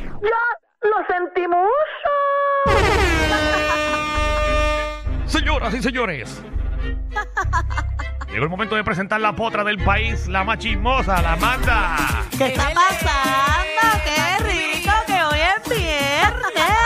¡Ya lo sentimos! Señoras y señores. Llegó el momento de presentar la potra del país, la más chismosa, la manda. ¿Qué está pasando? ¡Qué rico que hoy es viernes!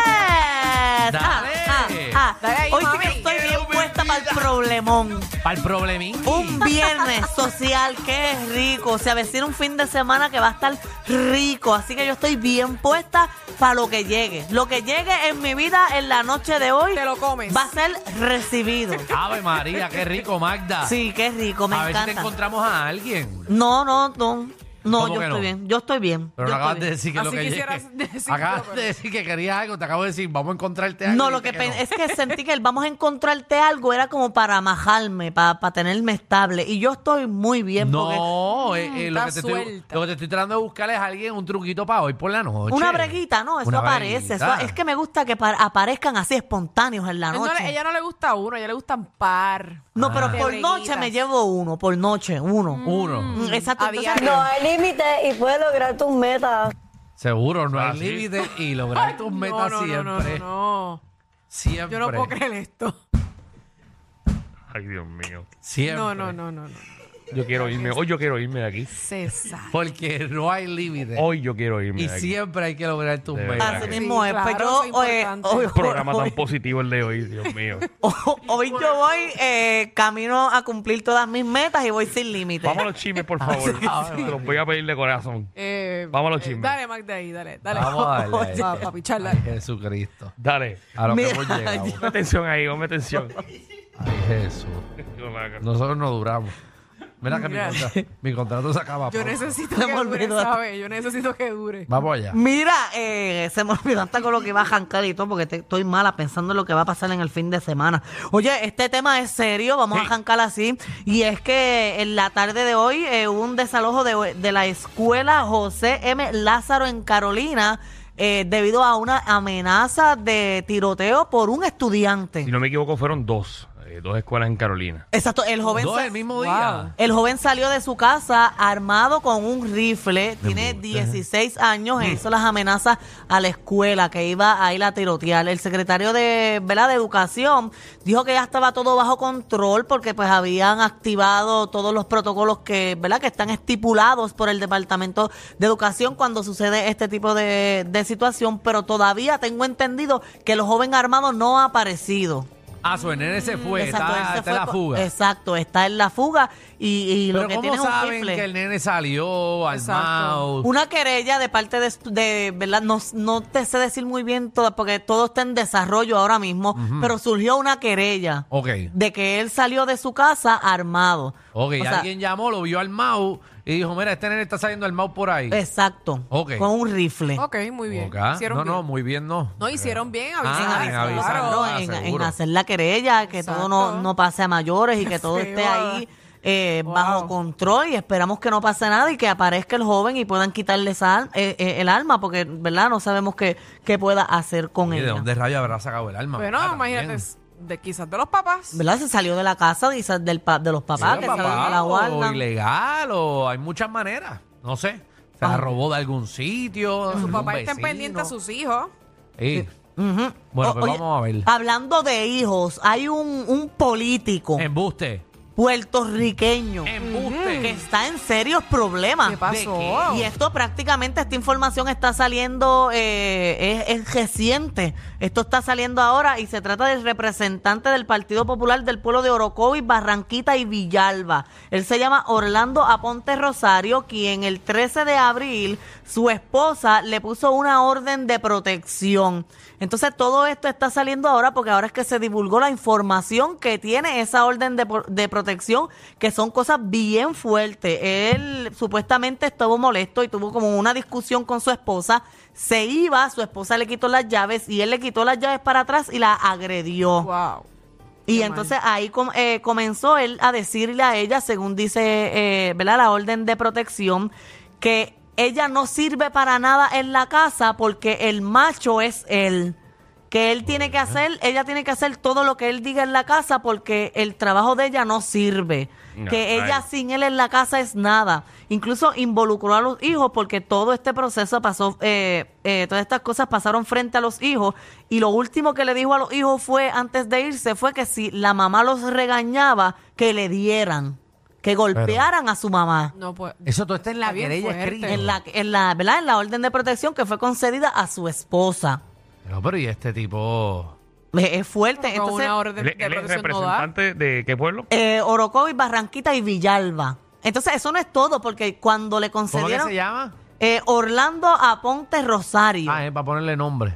Ah, ah, ah. Dale ahí, Hoy sí mami. que estoy bien puesta para el problemón. Para el problemín. Un viernes social, qué rico. Se avecina un fin de semana que va a estar rico. Así que yo estoy bien puesta para lo que llegue. Lo que llegue en mi vida en la noche de hoy Te lo comes. va a ser recibido. Ave María, qué rico, Magda. Sí, qué rico, me a ver si te encanta. encontramos a alguien. No, no, no. No, ¿Cómo yo que estoy no? bien. Yo estoy bien. Pero yo no estoy acabas de bien. decir que Así lo que quisieras llegue. decirlo, Acabas pero- de decir que querías algo, te acabo de decir, vamos a encontrarte algo. No, y lo que, dices pen- no. es que sentí que el vamos a encontrarte algo era como para majarme, para, tenerme estable. Y yo estoy muy bien. porque Mm, No, eh, eh, lo, está que te estoy, suelta. lo que te estoy tratando de buscar es alguien un truquito para hoy por la noche. una breguita, ¿no? Eso Una aparece. eso- breguita. es que me gusta que pa- aparezcan así espontáneos en la Él no noche. le- ella no le gusta uno, a ella le gustan par. No, Ah. pero De por noche breguitas. me llevo uno, por noche, uno. Uno. Mm, Exacto. A entonces- diario. No hay límite y puedes lograr tus metas. Seguro, no hay Así. límite y lograr tus metas no, no, siempre. No, no, no, Siempre. Yo no puedo creer esto. Ay, Dios mío. Siempre. No, no, no, no, no. Yo quiero irme. Hoy yo quiero irme de aquí. César. Porque no hay límite. Hoy yo quiero irme Y de Oh, aquí. siempre hay que lograr tus De metas. Así Sí, mismo es. Pues claro, yo, eso es eh, importante. hoy- Programa hoy- tan positivo el de hoy, Dios mío. hoy yo voy eh, camino a cumplir todas mis metas y voy sin límites. Vamos a los chismes, por favor. Ah, sí. Te los voy a pedir de corazón. Eh, Vamos a los eh, chismes. Dale, Magda, ahí, dale, dale. Vamos a darle. Pa- ahí. pa picharla. Ay, Jesucristo. Dale. A lo Mira, que hemos llegado. Ponme atención ahí, ponme atención. Ay, Jesús. Nosotros no duramos. Mira que mi Mira. contra- mi contrato, se acaba. Yo pronto. necesito Se que me dure, olvidó. ¿sabes? Yo necesito que dure. Vamos allá. Mira, eh, se me olvidó hasta con lo que va a jancar y todo, porque te- estoy mala pensando en lo que va a pasar en el fin de semana. Oye, este tema es serio, vamos Sí. a jancar así. Y es que en la tarde de hoy eh, hubo un desalojo de, de la escuela José M. Lázaro en Carolina eh, debido a una amenaza de tiroteo por un estudiante. Si no me equivoco, fueron dos. eh, dos escuelas en Carolina. Exacto, el joven Dos sa- el mismo día. el joven salió de su casa armado con un rifle, tiene 16 años e hizo las amenazas a la escuela que iba a ir a tirotear. El secretario de, ¿verdad? de Educación dijo que ya estaba todo bajo control porque pues habían activado todos los protocolos que, ¿verdad? que están estipulados por el Departamento de Educación cuando sucede este tipo de, de situación, pero todavía tengo entendido que el joven armado no ha aparecido. Ah, su nene se fue. él está se está fue en la por- fuga. Exacto, está en la fuga y, y lo Pero que ¿cómo tiene es un saben rifle. que el nene salió Exacto. armado? Una querella de parte de, de- ¿verdad? No, no te sé decir muy bien todas porque todo está en desarrollo ahora mismo, pero surgió una querella Ok. de que él salió de su casa armado. Ok, O sea, alguien llamó, lo vio armado y dijo, mira, este nene está saliendo armado por ahí. Exacto, Ok. con un rifle. Ok, muy bien. Ok. Hicieron No, no, bien. muy bien no. No, hicieron bien Ah, avisar. en claro. avisar, Claro, no, en, seguro. en hacer la querella, que todo no, Exacto. no pase a mayores y que todo Sí, esté va. ahí eh, Wow. bajo control y esperamos que no pase nada y que aparezca el joven y puedan quitarle esa al- eh, eh, el alma porque, ¿verdad? No sabemos qué, qué pueda hacer con ¿Y de ella. dónde rayo habrá sacado el Pues arma? Bueno, Ah, imagínate, también. s- de, quizás de los papás. ¿Verdad? Se salió de la casa de, Isa- del pa- de los papás, Sí, que papá, salieron a la o guarda. ilegal, o hay muchas maneras. No sé. Se la Ah. robó de algún sitio. Sus de papás un estén vecino. pendientes a sus hijos. Sí. Ujú. Bueno, O- oye, pues vamos a ver. Hablando de hijos, hay un, un político Em. Embuste. puertorriqueño Em. Embuste. que está en serios problemas. Mm. ¿Qué pasó? Y esto prácticamente, esta información está saliendo, eh, es, es reciente. Esto está saliendo ahora y se trata del representante del Partido Popular del pueblo de Orocovis, Barranquita y Villalba. Él se llama Orlando Aponte Rosario, quien el 13 de abril su esposa le puso una orden de protección. Entonces todo esto está saliendo ahora porque ahora es que se divulgó la información que tiene esa orden de, por- de protección, que son cosas bien fuertes. Él supuestamente estuvo molesto y tuvo como una discusión con su esposa. Se iba, su esposa le quitó las llaves y él le quitó las llaves para atrás y la agredió. Wow. Y Qué entonces ahí com- eh, comenzó él a decirle a ella, según dice eh, ¿verdad? la orden de protección, que ella no sirve para nada en la casa porque el macho es él, que que él tiene que hacer, ella tiene que hacer todo lo que él diga en la casa porque el trabajo de ella no sirve. No, que ella ay. sin él en la casa es nada. Incluso involucró a los hijos porque todo este proceso pasó, eh, eh, todas estas cosas pasaron frente a los hijos y lo último que le dijo a los hijos fue, antes de irse, fue que si la mamá los regañaba, que le dieran, que golpearan a su mamá. No, pues. Eso todo está en la Está bien querella fuerte. escrita. En la, en, la, ¿verdad? en la orden de protección que fue concedida a su esposa. No, pero y este tipo. Es es fuerte. Con Entonces, una orden Él, de él es protección no da. representante de qué pueblo? eh, Orocovis, Barranquita y Villalba. Entonces, eso no es todo, porque cuando le ¿Cómo que concedieron se llama? eh, Orlando Aponte Rosario. Ah, es para ponerle nombre.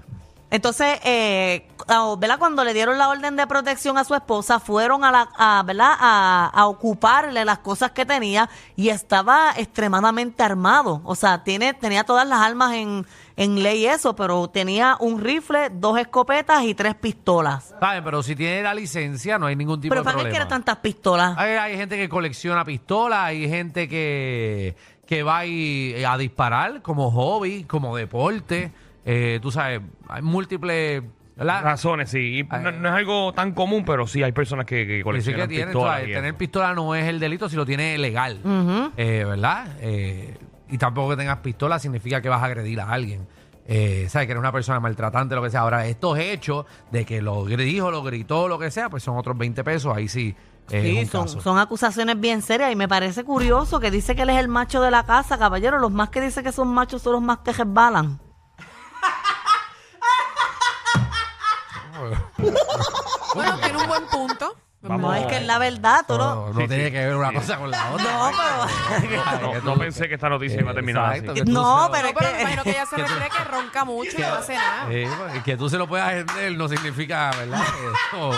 Entonces, eh, ah, ¿verdad? Cuando le dieron la orden de protección a su esposa, fueron a, la, a, ¿verdad? A, a ocuparle las cosas que tenía y estaba extremadamente armado. O sea, tiene, tenía todas las armas en, en ley y eso, pero tenía un rifle, dos escopetas y tres pistolas. ¿Sabes? Pero si tiene la licencia, no hay ningún tipo Pero de ¿para qué problema. quiere tantas pistolas? Hay, hay gente que colecciona pistolas, hay gente que, que va y- eh, a disparar como hobby, como deporte. Eh, tú sabes, hay múltiples... ¿verdad? Razones, sí. Y no, Ah. Ay. no es algo tan común, pero sí hay personas que, que Por eso coleccionan que tiene, pistolas ¿sabes? y tener eso. pistola no es el delito si lo tiene legal, Eh, ¿verdad? Eh, y tampoco que tengas pistola significa que vas a agredir a alguien. Eh, ¿Sabes? Que eres una persona maltratante, lo que sea. Ahora, estos hechos de que lo dijo, lo gritó, lo que sea, pues son otros 20 pesos. Ahí sí. eh, Sí, es un son, caso. son acusaciones bien serias y me parece curioso que dice que él es el macho de la casa, caballero. Los más que dice que son machos son los más que resbalan. Bueno, tiene un buen punto. Vamos. No es que es la verdad, tú No, no- no Sí, tiene sí. que ver una cosa con la otra. No, pero- No, no pensé que esta noticia iba a terminar Exacto, así. que tú No, se lo- No, pero- pero me imagino que ella se refiere que ronca mucho y no hace nada. Eh, pues, que tú se lo puedas vender no significa, ¿verdad? Eso.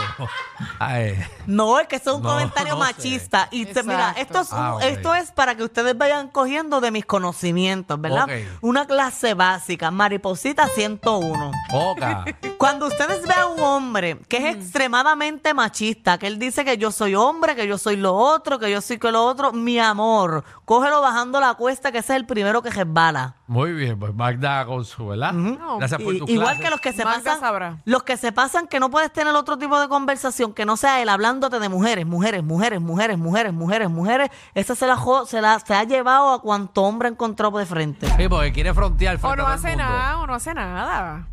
Ay. No, es que eso es un No, comentario no sé. machista. Y te- mira, Exacto. esto es, un- Ah, ok. esto es para que ustedes vayan cogiendo de mis conocimientos, ¿verdad? Ok. Una clase básica, mariposita 101. Oca. Cuando ustedes vean a un hombre que es extremadamente machista, que él dice que yo soy hombre, que yo soy lo otro, que yo soy que lo otro, mi amor, cógelo bajando la cuesta, que ese es el primero que resbala. Muy bien, pues Magda con su, ¿verdad? No, Gracias por Y- tu clase. igual que los que se Magda pasan, sabrá. los que se pasan que no puedes tener otro tipo de conversación que no sea el hablándote de mujeres, mujeres, mujeres, mujeres, mujeres, mujeres, mujeres. Esa se la jo- se la se ha llevado a cuanto hombre encontró de frente. Sí, porque quiere frontear O frente no a todo hace el mundo. nada, o no hace nada.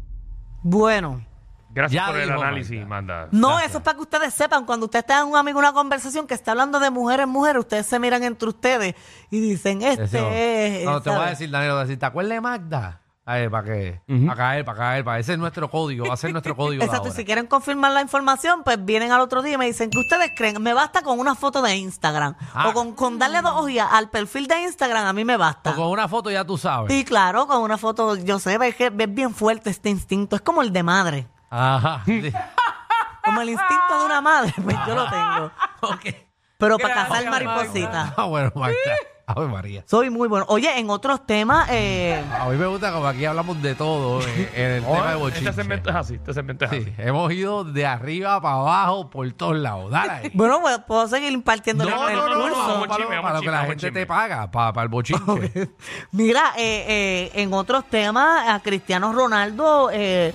Bueno. Gracias Ya por el dijo, análisis, Magda. Manda. No, Gracias. eso es para que ustedes sepan, cuando ustedes tengan un amigo en una conversación que está hablando de mujeres, mujeres, ustedes se miran entre ustedes y dicen, este Eso. es... No, te voy a ¿sabes? decir, Danilo, te voy a decir, ¿te acuerdas de Magda? A ver, para que, para caer, para caer, para ese es nuestro código, va a ser nuestro código. de Exacto, y ahora. si quieren confirmar la información, pues vienen al otro día y me dicen, ¿qué ustedes creen? Me basta con una foto de Instagram. Ah. O con, con darle dos ojitas al perfil de Instagram, a mí me basta. O Con una foto ya tú sabes. Sí, claro, con una foto, yo sé, es, que es bien fuerte este instinto, es como el de madre, Ajá. sí. como el instinto de una madre, pues yo lo tengo. ok. Pero para Gracias, cazar Magda. maripositas. Ah, bueno, Magda. Ave María. Soy muy bueno. Oye, en otros temas, eh, A mí me gusta como aquí hablamos de todo eh, en el tema de Oh, bochinche. Este segmento es así, este segmento es Sí, así. hemos ido de arriba para abajo por todos lados. Dale ahí. Bueno, pues, puedo seguir impartiendo No, el no, no, no, curso. no, Vamos, para lo- chisme, para lo vamos, que la chisme, gente chisme. te paga, para, el bochinche. Mira, eh, eh, en otros temas, a Cristiano Ronaldo eh,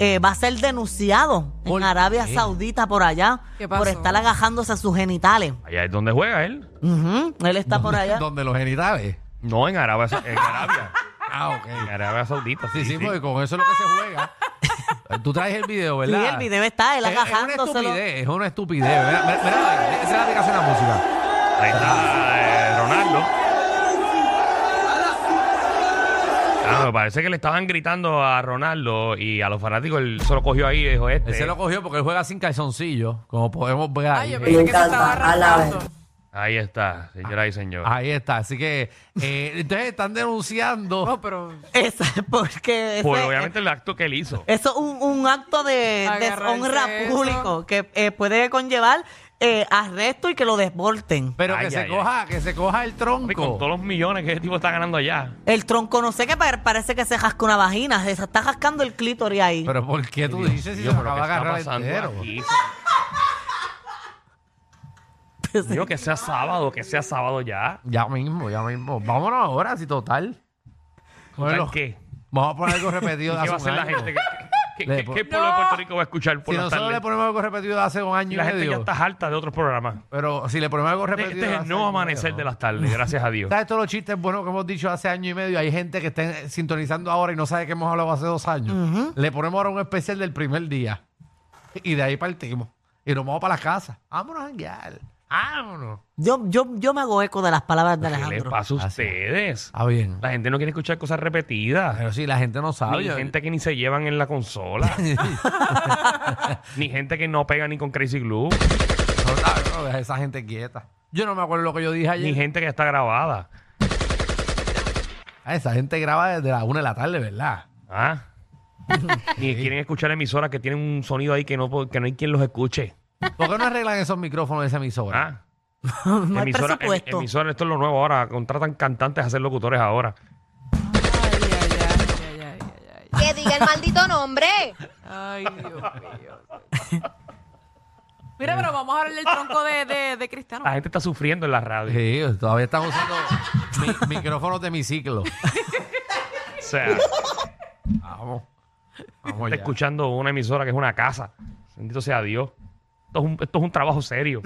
eh, va a ser denunciado ¿Por en Arabia qué? Saudita por allá ¿Qué pasó? por estar agajándose a sus genitales. Allá es donde juega él. Ujú, Él está por allá. Donde los genitales. No, en Arabia, Sa- en Arabia. Ah, En ok. Arabia Saudita. Sí, sí, porque con eso es lo que se juega. Tú traes el video, Sí, ¿verdad? el video está, él Es- Es una agajándoselo. estupidez, es una estupidez. Mira, mira, mira, esa es la aplicación de la música. Ahí está eh, Ronaldo. Ah, me parece que le estaban gritando a Ronaldo y a los fanáticos él se lo cogió ahí y dijo este. Él se lo cogió porque él juega sin calzoncillo, como podemos ver Ah, ahí. yo Eh, pensé que se encanta, estaba a la vez. arrastrando. Ahí está, señora y señor. Ahí está, así que eh, entonces están denunciando. No, pero. Esa- porque ese- Pues obviamente el acto que él hizo. eso es un, un acto de Agarrarse deshonra eso. público que eh, puede conllevar eh, arresto y que lo deporten. Pero Ay, que se ay, coja, que se coja el Papi, Con tronco. todos los millones que ese tipo está ganando allá. El tronco, no sé qué, pa- parece que se rasca una vagina, se está rascando el clítoris ahí. Pero ¿por qué tú Dios dices si mío, se pero acaba de ¿qué está agarrar pasando entero? aquí? Digo que sea sábado, que sea sábado ya. Ya mismo, ya mismo. Vámonos ahora, si total. ¿Sabes Bueno, qué? Vamos a poner algo repetido de ¿Qué hace va a un hacer la año. gente? que- ¿Qué, Le qué- po- qué pueblo de No. Puerto Rico va a escuchar por si la nosotros tarde? le ponemos algo repetido de hace un año Y la y gente ya medio, está harta de otros programas. pero si le ponemos algo repetido... Este es hace el no año y medio, amanecer ¿no? de las tardes, gracias a Dios. ¿Sabes todos los chistes buenos que hemos dicho hace año y medio? Hay gente que está eh, sintonizando ahora y no sabe que hemos hablado hace dos años. Le ponemos ahora un especial del primer día. Y de ahí partimos. Y nos vamos para la casa. Vámonos a janguear. Vámonos. Yo, yo, yo me hago eco de las palabras de ¿Qué les Alejandro. pasa a Gracias. ustedes? Está bien. La gente no quiere escuchar cosas repetidas. Pero sí, la gente no sabe. Ni Yo- gente que ni se llevan en la consola. ni gente que no pega ni con Crazy Glue. No, no, no, deja esa gente quieta. Yo no me acuerdo lo que yo dije Ni ayer. gente que está grabada. Ah, esa gente graba desde las una de la tarde, ¿verdad? ¿Ah? ni quieren escuchar emisoras que tienen un sonido ahí que no, po- que no hay quien los escuche. ¿Por qué no arreglan esos micrófonos de esa emisora? ¿Ah? No hay Emisora- em- presupuesto. emisora, esto es lo nuevo ahora. Contratan cantantes a ser locutores ahora. Ay, ay, ay, ay, ay, ay, ay. Que diga el maldito nombre. Ay, Dios mío. Mira, pero vamos a hablar del tronco de, de, de Cristiano. La gente está sufriendo en la radio. Sí, todavía están usando mi- micrófonos de mi ciclo. O sea, Vamos. Vamos está ya. escuchando una emisora que es una casa. Bendito sea Dios. Esto es un, esto es un trabajo serio.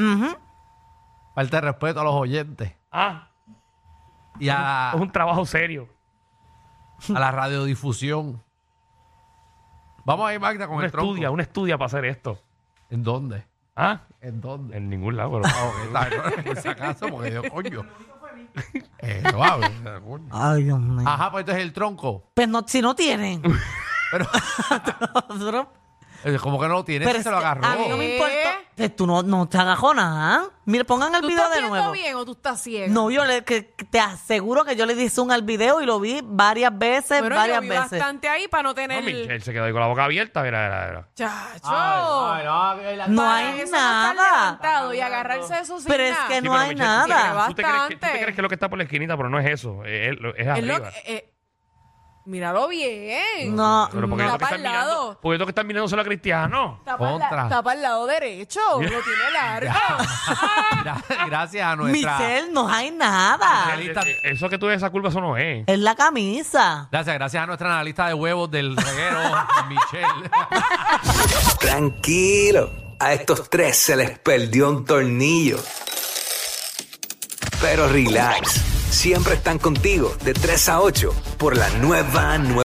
Falta de respeto a los oyentes. Ah, y a, es un trabajo serio. a la radiodifusión. Vamos a ir, Magda, con Uno el tronco. estudia, uno estudia para hacer esto. ¿En dónde? ¿Ah? ¿En dónde? En ningún lado, pero. Ah, ok, está bien, por si acaso, porque yo, coño. Eh, suave, coño. Ay, Dios mío. Ajá, pues entonces el tronco. Ah, Pues no, si no tienen. Pero, Nosotros- eh, como que no lo tiene, Pero ese se lo es que agarró. A mí no me ¿Eh? importa. Eh, Tú no, no te agajo nada. ¿ah? Mira, pongan el ¿Tú video estás de viendo nuevo. bien o tú estás ciego? No, yo le, que, que te aseguro que yo le di zoom al video y lo vi varias veces, Pero varias yo vi veces. bastante ahí para no No, tener... Michelle se quedó ahí con la boca abierta. Mira, mira, mira. Chacho. Ay, ay, ay, la- No Para hay eso nada. No estar levantado y agarrarse de eso sin Pero es nada. que Sí, no pero hay Michelle, tú te nada. crees- ¿tú te, crees que, tú te Bastante. crees que es lo que está por la esquinita, pero no es eso. Es, es lo- es Es lo arriba. que- eh, míralo bien. No, Pero porque no. yo tengo Está que estar pa'l lado. mirando. Porque yo tengo que estar mirando solo a Cristiano. Está para, Contra. la, está pa'l lado derecho. Lo tiene largo. Gra- Gracias a nuestra. Michelle, no hay nada. Michelle. Analista- Eh, eh, Eso que tú ves esa curva, eso no es. Es la camisa. Gracias, gracias a nuestra analista de huevos del reguero, Michelle. Tranquilo, a estos tres se les perdió un tornillo. Pero relax, siempre están contigo de 3 a 8 por la nueva 9.